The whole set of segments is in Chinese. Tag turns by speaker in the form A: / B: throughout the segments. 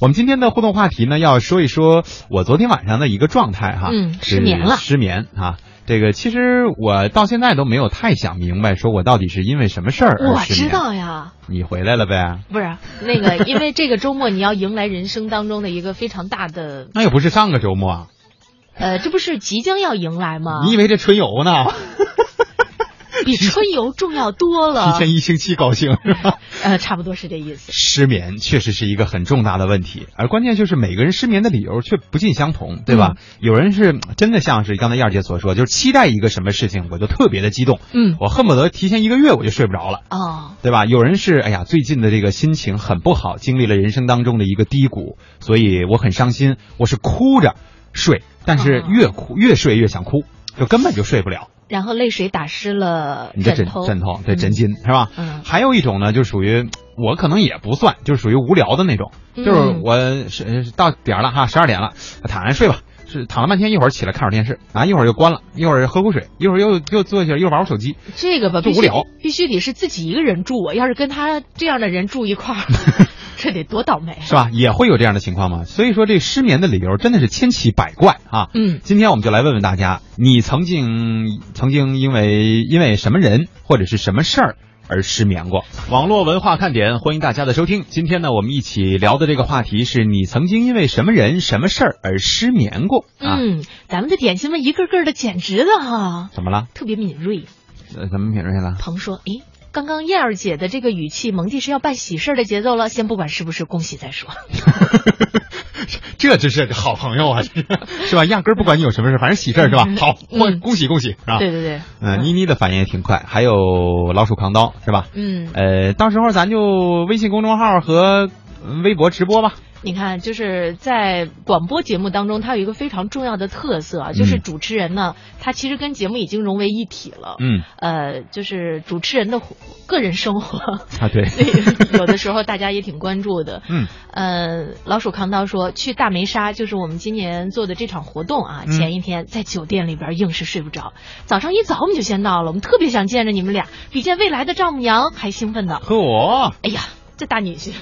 A: 我们今天的互动话题呢，要说一说我昨天晚上的一个状态哈，
B: 嗯
A: 是
B: 失眠了
A: 失眠啊。这个其实我到现在都没有太想明白，说我到底是因为什么事儿而
B: 我
A: 失
B: 知
A: 眠。
B: 道呀，
A: 你回来了呗？
B: 不是那个， 因为这个周末你要迎来人生当中的一个非常大的，
A: 那又不是上个周末啊，
B: 呃，这不是即将要迎来吗？
A: 你以为这春游呢？
B: 比春游重要 多
A: 提
B: 了。
A: 前一星期高兴 是吧？
B: 呃，差不多是这意思。
A: 失眠确实是一个很重大的问题，而关键就是每个人失眠的理由却不尽相同，对吧？有人是嗯真的像是刚才燕儿姐所说，就是期待一个什么事情，我就特别的激动，
B: 嗯，
A: 我恨不得提前一个月我就睡不着了。
B: 哦，
A: 对吧？有人是哎呀，最近的这个心情很不好，经历了人生当中的一个低谷，所以我很伤心，我是哭着睡，但是
B: 啊
A: 越哭越睡越想哭，就根本就睡不了。
B: 然后泪水打湿了
A: 你的枕
B: 头，
A: 枕头对枕
B: 嗯
A: 巾、是吧？
B: 嗯
A: 还有一种呢，就属于我可能也不算，就是属于无聊的那种，
B: 嗯
A: 就是我是到点儿了哈，十二点了，躺着睡吧。是躺了半天，一会儿起来看会儿电视啊，一会儿又关了，一会儿又喝口水，一会儿又又坐下，一会儿玩会儿手机，
B: 这个吧，
A: 就
B: 必
A: 无
B: 须
A: 聊
B: 必须得是自己一个人住，啊要是跟他这样的人住 一块儿，这得多倒霉啊！
A: 是吧？也会有这样的情况吗？所以说这失眠的理由真的是千奇百怪啊。
B: 嗯
A: 今天我们就来问问大家，你曾经曾经因为因为什么人或者是什么事儿而失眠过？网络文化看点，欢迎大家的收听。今天呢，我们一起聊的这个话题是你曾经因为什么人、什么事儿而失眠过啊？
B: 嗯，咱们的点心们一个个的简直了哈，
A: 怎么了？
B: 特别敏锐。
A: 呃怎么敏锐了？
B: 鹏说：“诶，刚刚燕儿姐的这个语气，蒙蒂是要办喜事儿的节奏了。先不管是不是，恭喜再说。
A: 这就是好朋 友啊，这是是吧？压根儿不管你有什么事，反正喜事儿是吧？好，
B: 嗯
A: 恭喜恭喜是吧？
B: 对对对，
A: 嗯，妮妮的反应也挺快，还有老鼠扛刀是吧？
B: 嗯，
A: 呃，到时候咱就微信公众号和嗯微博直播吧。
B: 你看，就是在广播节目当中，它有一个非常重要的特色啊，就是
A: 嗯
B: 主持人呢，他其实跟节目已经融为一体了。
A: 嗯
B: 呃，就是主持人的活个人生活，
A: 啊，对，
B: 所以有的时候大家也挺关注的。
A: 嗯
B: 呃，老鼠扛刀说去大梅沙，就是我们今年做的这场活动啊。
A: 嗯
B: 前一天在酒店里边硬是睡不着，早上一早我们就先到了，我们特别想见着你们俩，比见未来的丈母娘还兴奋呢。
A: 和我
B: 哎呀，这大女婿，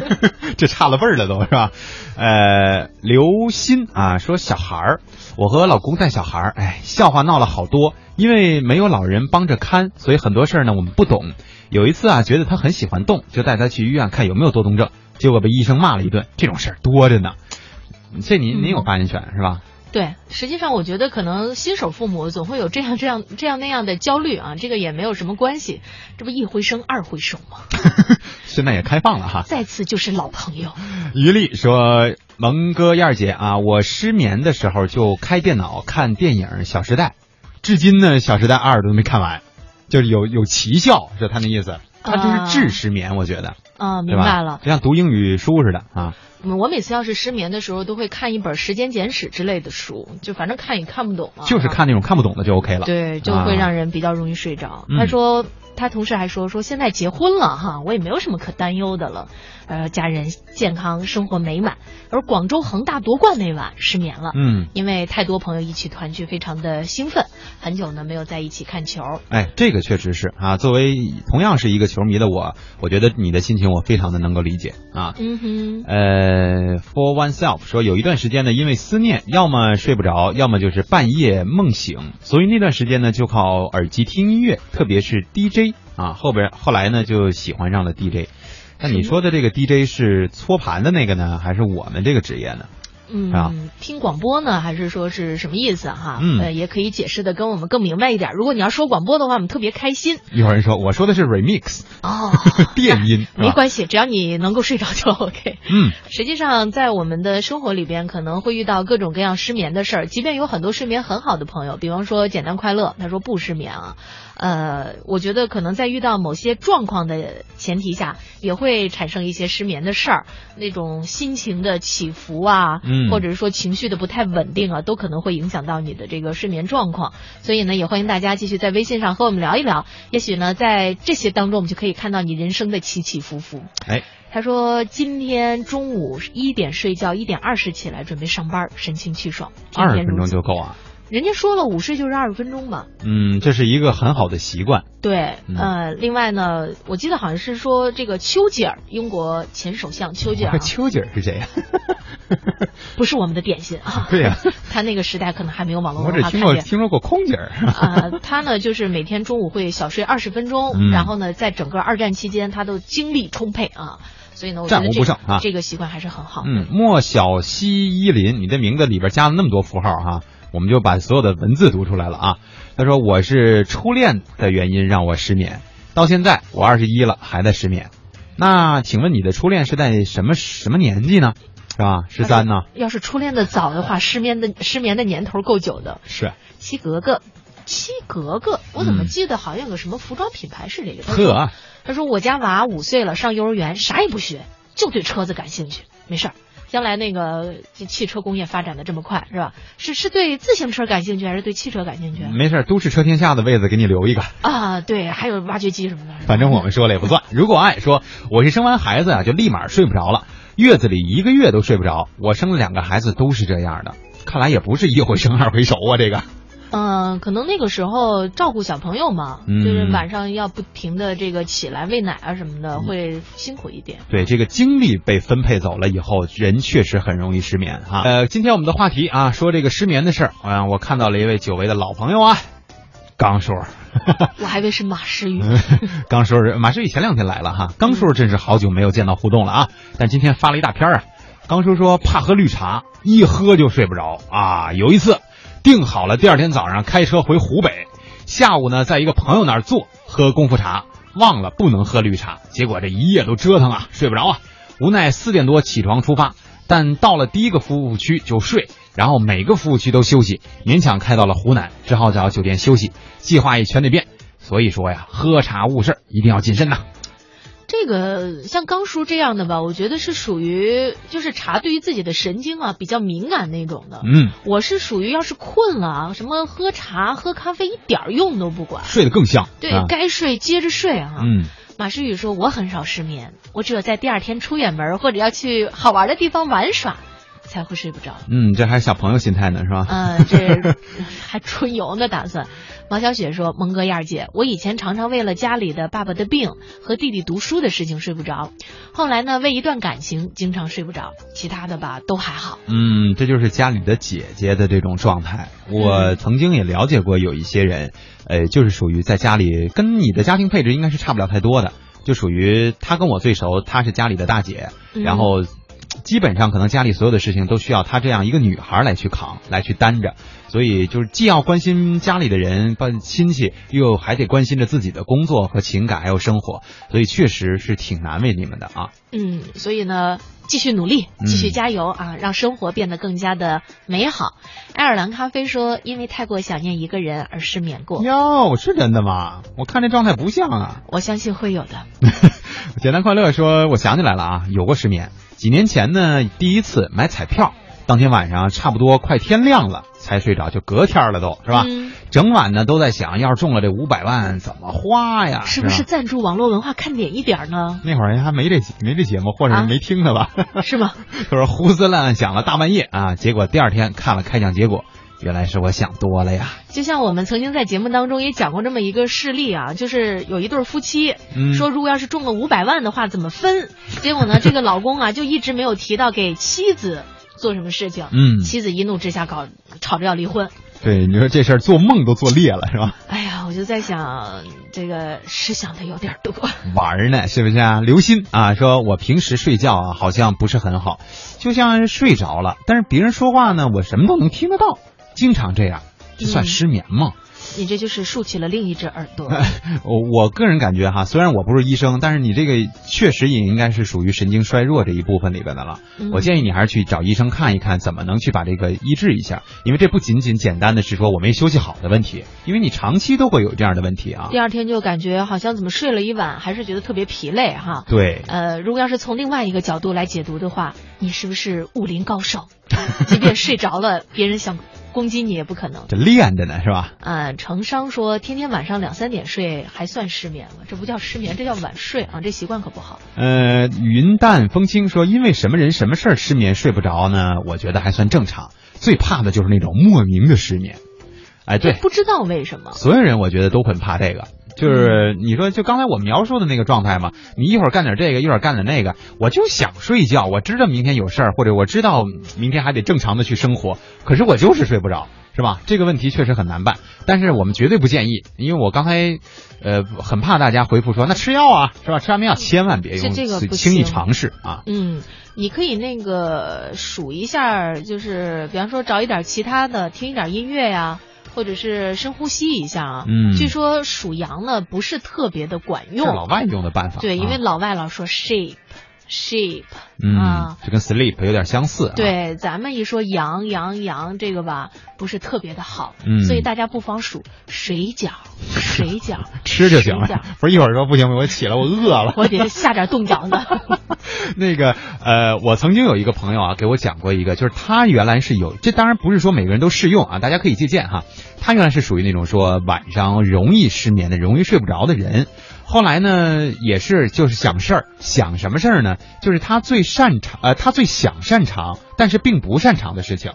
A: 这差了辈儿了都是吧？呃，刘鑫啊说小孩儿，我和老公带小孩儿，哎，笑话闹了好多，因为没有老人帮着看，所以很多事儿呢我们不懂。有一次啊，觉得他很喜欢动，就带他去医院看有没有多动症，结果被医生骂了一顿。这种事儿多着呢，这您您有发言权是吧？
B: 对，实际上我觉得可能新手父母总会有这样这样这样那样的焦虑啊，这个也没有什么关系，这不一回生二回熟吗？
A: 现在也开放了哈。
B: 再次就是老朋友，
A: 于丽说：“蒙哥燕儿姐啊，我失眠的时候就开电脑看电影《小时代》，至今呢，《小时代二》都没看完，就是有有奇效，是他那意思。他这是治失眠，我觉得，
B: 啊、
A: 对
B: 明
A: 吧？
B: 白了。
A: 就像读英语书似的啊。
B: 嗯我每次要是失眠的时候，都会看一本《时间简史》之类的书，就反正看也看不懂啊，
A: 就是看那种看不懂的就 OK 了。啊
B: 对，就会让人比较容易睡着。
A: 嗯
B: 他说，他同事还说，说现在结婚了哈，我也没有什么可担忧的了，呃，家人健康，生活美满。而广州恒大夺冠那晚失眠了。
A: 嗯，
B: 因为太多朋友一起团聚，非常的兴奋，很久呢没有在一起看球。
A: 哎，这个确实是啊。作为同样是一个球迷的我，我觉得你的心情我非常的能够理解啊。
B: 嗯哼，
A: 呃，for oneself 说有一段时间呢，因为思念，要么睡不着，要么就是半夜梦醒，所以那段时间呢就靠耳机听音乐，特别是 DJ 啊。后边后来呢就喜欢上了 DJ。那你说的这个 DJ 是搓盘的那个呢，还是我们这个职业呢？啊
B: 嗯，听广播呢，还是说是什么意思哈？
A: 嗯
B: 呃，也可以解释的跟我们更明白一点。如果你要说广播的话，我们特别开心
A: 有人说我说的是 remix
B: 哦。
A: 电音，是
B: 没
A: 吧？
B: 关系，只要你能够睡着就 OK。
A: 嗯
B: 实际上，在我们的生活里边，可能会遇到各种各样失眠的事儿。即便有很多睡眠很好的朋友，比方说简单快乐，他说不失眠啊。呃，我觉得可能在遇到某些状况的前提下，也会产生一些失眠的事儿，那种心情的起伏啊，
A: 嗯
B: 或者是说情绪的不太稳定啊，都可能会影响到你的这个睡眠状况。所以呢，也欢迎大家继续在微信上和我们聊一聊。也许呢，在这些当中，我们就可以看到你人生的起起伏伏。
A: 哎，
B: 他说今天中午一点睡觉，一点二十起来准备上班，神清气爽。
A: 二
B: 天
A: 十
B: 天
A: 分
B: 如
A: 钟
B: 此
A: 就够啊。
B: 人家说了午睡就是二十分钟嘛。
A: 嗯，这是一个很好的习惯。
B: 对，
A: 嗯，
B: 呃，另外呢，我记得好像是说这个丘吉尔，英国前首相丘吉尔 啊
A: 丘吉尔是谁呀？
B: 不是我们的点心 啊，
A: 对 呀，
B: 他那个时代可能还没有网络
A: 我
B: 文
A: 只
B: 化
A: 听
B: 看
A: 过
B: 见。
A: 听说过空姐儿。
B: 啊、他呢就是每天中午会小睡二十分钟，
A: 嗯
B: 然后呢，在整个二战期间他都精力充沛啊，所以呢，我觉
A: 战
B: 得
A: 无
B: 这
A: 不
B: 个
A: 胜啊
B: 这个习惯还是很好的。
A: 嗯，莫小西依林，你这名字里边加了那么多符号哈、我们就把所有的文字读出来了啊。他说我是初恋的原因让我失眠，到现在我二十一了还在失眠。那请问你的初恋是在什么什么年纪呢？是吧？十三呢？
B: 要是初恋的早的话，失眠的失眠的年头够久的。
A: 是。
B: 七格格，七格格，我怎么
A: 嗯
B: 记得好像有个什么服装品牌是这个？他说
A: 呵，
B: 他说我家娃五岁了，上幼儿园啥也不学，就对车子感兴趣，没事儿。将来那个这汽车工业发展的这么快，是吧？是是对自行车感兴趣，还是对汽车感兴趣？
A: 没事儿，都市车天下的位子给你留一个，
B: 啊，对，还有挖掘机什么的。
A: 反正我们说了也不算。如果爱说我是生完孩子啊就立马睡不着了，月子里一个月都睡不着，我生了两个孩子都是这样的，看来也不是一回生二回熟啊，这个。
B: 嗯、可能那个时候照顾小朋友嘛，
A: 嗯嗯
B: 就是晚上要不停的这个起来喂奶啊什么的，会辛苦一点。
A: 对这个精力被分配走了以后，人确实很容易失眠啊。呃，今天我们的话题啊，说这个失眠的事儿啊、我看到了一位久违的老朋友啊，刚叔。
B: 我还以为是马诗雨。
A: 嗯 刚叔是马世宇前两天来了哈，刚叔真是好久没有见到互动了啊，但今天发了一大篇儿啊。刚叔说怕喝绿茶，一喝就睡不着啊。有一次定好了，第二天早上开车回湖北，下午呢在一个朋友那儿坐喝功夫茶，忘了不能喝绿茶，结果这一夜都折腾啊，睡不着啊。无奈四点多起床出发，但到了第一个服务区就睡，然后每个服务区都休息，勉强开到了湖南，只好找酒店休息，计划一圈内变。所以说呀，喝茶误事儿一定要谨慎呐。
B: 这个像刚叔这样的吧，我觉得是属于就是茶对于自己的神经啊比较敏感那种的。
A: 嗯，
B: 我是属于要是困了啊，什么喝茶、喝咖啡一点儿用都不管，
A: 睡得更香。
B: 对
A: 啊，
B: 该睡接着睡啊。
A: 嗯，
B: 马诗雨说：“我很少失眠，我只有在第二天出远门或者要去好玩的地方玩耍，才会睡不着。
A: 嗯，这还是小朋友心态呢，是吧？
B: 嗯，这还春游呢，打算。王小雪说：“蒙哥燕儿姐，我以前常常为了家里的爸爸的病和弟弟读书的事情睡不着，后来呢，为一段感情经常睡不着，其他的吧都还好。
A: 嗯，这就是家里的姐姐的这种状态。我曾经也了解过有一些人，呃，就是属于在家里跟你的家庭配置应该是差不了太多的，就属于她跟我最熟，她是家里的大姐，
B: 嗯
A: 然后。基本上可能家里所有的事情都需要她这样一个女孩来去扛，来去担着，所以就是既要关心家里的人、关亲戚，又还得关心着自己的工作和情感还有生活，所以确实是挺难为你们的啊。
B: 嗯，所以呢，继续努力，继
A: 嗯
B: 续加油啊，让生活变得更加的美好。”爱尔兰咖啡说：“因为太过想念一个人而失眠过，
A: 哟，是真的吗？我看这状态不像啊。
B: 我相信会有的。
A: 简单快乐说，我想起来了啊，有过失眠。几年前呢，第一次买彩票，当天晚上差不多快天亮了才睡着，就隔天了都是吧？
B: 嗯
A: 整晚呢都在想，要是中了这五百万怎么花呀？
B: 是不是
A: 吧？
B: 赞助网络文化看点一点儿 呢？
A: 那会儿还没这没这节目，或者
B: 啊
A: 是没听呢吧？
B: 是吗？
A: 他说胡思乱想了大半夜啊，结果第二天看了开奖结果，原来是我想多了呀。
B: 就像我们曾经在节目当中也讲过这么一个事例啊，就是有一对夫妻、
A: 嗯
B: 说，如果要是中了五百万的话怎么分？结果呢，这个老公啊就一直没有提到给妻子做什么事情，
A: 嗯，
B: 妻子一怒之下搞吵着要离婚。
A: 对，你说这事儿做梦都做裂了是吧？
B: 哎呀，我就在想，这个是想的有点多。
A: 玩儿呢，是不是啊？刘鑫啊，说我平时睡觉啊，好像不是很好，就像睡着了，但是别人说话呢，我什么都能听得到，经常这样，这算
B: 嗯
A: 失眠吗？
B: 你这就是竖起了另一只耳朵。
A: 哎我我个人感觉哈，虽然我不是医生，但是你这个确实也应该是属于神经衰弱这一部分里边的了。
B: 嗯
A: 我建议你还是去找医生看一看，怎么能去把这个医治一下，因为这不仅仅简单的是说我没休息好的问题，因为你长期都会有这样的问题啊。
B: 第二天就感觉好像怎么睡了一晚，还是觉得特别疲累哈。
A: 对，
B: 呃，如果要是从另外一个角度来解读的话，你是不是武林高手？ 即便睡着了，别人想攻击你也不可能。
A: 这练着呢是吧？
B: 呃，程商说天天晚上两三点睡还算失眠吗？这不叫失眠，这叫晚睡啊，这习惯可不好。
A: 呃，云淡风轻说，因为什么人什么事儿失眠睡不着呢？我觉得还算正常，最怕的就是那种莫名的失眠。哎，对，
B: 不知道为什么。
A: 所有人我觉得都很怕这个。就是你说，就刚才我描述的那个状态嘛，你一会儿干点这个，一会儿干点那个，我就想睡觉，我知道明天有事儿，或者我知道明天还得正常的去生活，可是我就是睡不着，是吧？这个问题确实很难办，但是我们绝对不建议，因为我刚才，呃，很怕大家回复说那吃药啊，是吧？吃安眠药千万别用，
B: 这这个不
A: 轻易
B: 行
A: 尝试啊。
B: 嗯，你可以那个数一下，就是比方说找一点其他的，听一点音乐呀、或者是深呼吸一下啊。
A: 嗯
B: 据说数羊呢不是特别的管
A: 是
B: 用，
A: 老外用的办法，
B: 对，因为
A: 啊
B: 老外老说 sheep sheep，、
A: 嗯
B: 啊，
A: 就跟 sleep 有点相似、啊。，
B: 对，咱们一说羊羊羊这个吧，不是特别的好，
A: 嗯
B: 所以大家不妨数水饺水饺
A: 吃就行了
B: 水饺。
A: 不是一会儿说不行，我起来我饿了。
B: 我得下点冻 饺子。
A: 那个呃，我曾经有一个朋友啊，给我讲过一个，就是他原来是有，这当然不是说每个人都适用啊，大家可以借鉴哈。他原来是属于那种说晚上容易失眠的、容易睡不着的人，后来呢也是就是想事儿，想什么事儿呢？就是他最擅长呃，他最想擅长，但是并不擅长的事情。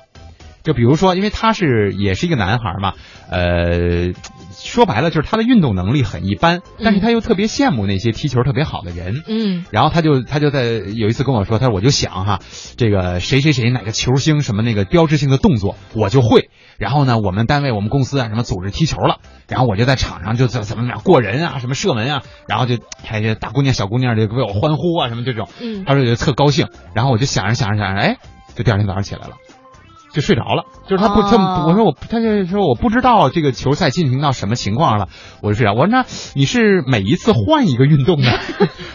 A: 就比如说，因为他是也是一个男孩嘛，呃，说白了就是他的运动能力很一般，但是他又特别羡慕那些踢球特别好的人，
B: 嗯
A: 然后他就他就在有一次跟我说，他说我就想哈，这个谁谁谁哪个球星什么那个标志性的动作我就会，然后呢，我们单位我们公司啊什么组织踢球了，然后我就在场上就怎怎么样过人啊，什么射门啊，然后就哎这大姑娘小姑娘就为我欢呼啊什么这种，
B: 嗯，
A: 他说就特高兴，然后我就想着想着想着，哎，就第二天早上起来了。就睡着了，就是他不，他
B: 哦
A: 我说我，他就说我不知道这个球赛进行到什么情况了，我就睡着。我说那你是每一次换一个运 动呢，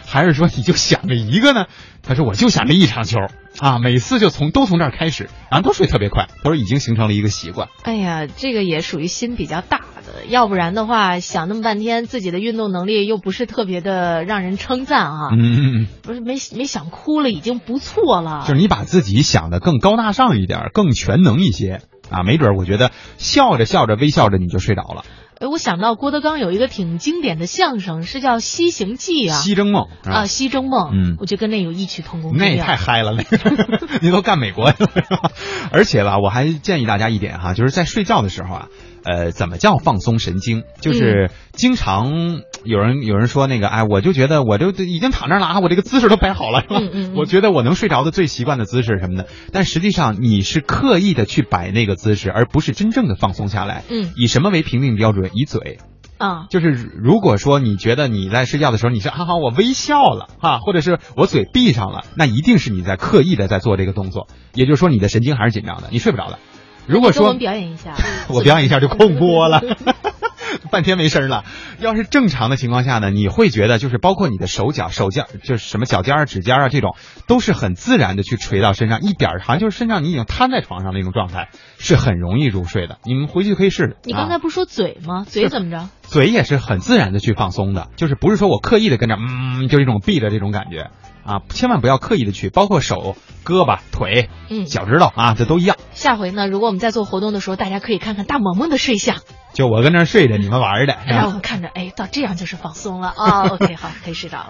A: 还是说你就想着一个呢？他说我就想着一场球啊，每次就从都从这儿开始，然后都睡特别快。他说已经形成了一个习惯。
B: 哎呀，这个也属于心比较大的，要不然的话想那么半天，自己的运动能力又不是特别的让人称赞啊，
A: 嗯，
B: 不是没没想哭了，已经不错了。
A: 就是你把自己想的更高大上一点，更全能一些啊，没准儿我觉得笑着笑着微笑着你就睡着了，
B: 哎，我想到郭德纲有一个挺经典的相声，是叫《西行记》啊，
A: 西征梦是吧
B: 啊，《西征梦》，
A: 嗯
B: 我觉得跟那有异曲同工之
A: 那也
B: 妙。
A: 太嗨了，那个 你都干美国去了，是吧？而且吧，我还建议大家一点哈，就是在睡觉的时候啊，呃，怎么叫放松神经？
B: 嗯
A: 就是经常有人有人说那个，哎，我就觉得我就已经躺那儿了啊，我这个姿势都摆好了，是吧？
B: 嗯嗯嗯
A: 我觉得我能睡着的最习惯的姿势什么的，但实际上你是刻意的去摆那个姿势，而不是真正的放松下来。
B: 嗯
A: 以什么为评定标准？以嘴。
B: 啊，
A: 就是如果说你觉得你在睡觉的时候，你是哈哈我微笑了啊，或者是我嘴闭上了，那一定是你在刻意的在做这个动作，也就是说你的神经还是紧张的，你睡不着的。如果
B: 跟我
A: 说，
B: 们表演一下
A: 我表演一下就空播了。 半天没声儿了。要是正常的情况下呢，你会觉得就是包括你的手脚、手尖儿，就是什么脚尖儿啊、指尖儿啊这种，都是很自然的去垂到身上，一点儿好像就是身上你已经瘫在床上那种状态，是很容易入睡的。你们回去可以试试。
B: 你
A: 啊
B: 刚才不是说嘴吗？嘴怎么着？
A: 嘴也是很自然的去放松的，就是不是说我刻意的跟着，嗯，就一种闭的这种感觉啊，千万不要刻意的去，包括手、胳膊、腿、
B: 嗯，
A: 脚趾头啊，这都一样。
B: 下回呢，如果我们在做活动的时候，大家可以看看大萌萌的睡相，
A: 就我跟那儿睡着，你们玩儿的。是吧
B: 让我们看着，哎，到这样就是放松了啊。OK，好，可以睡着了。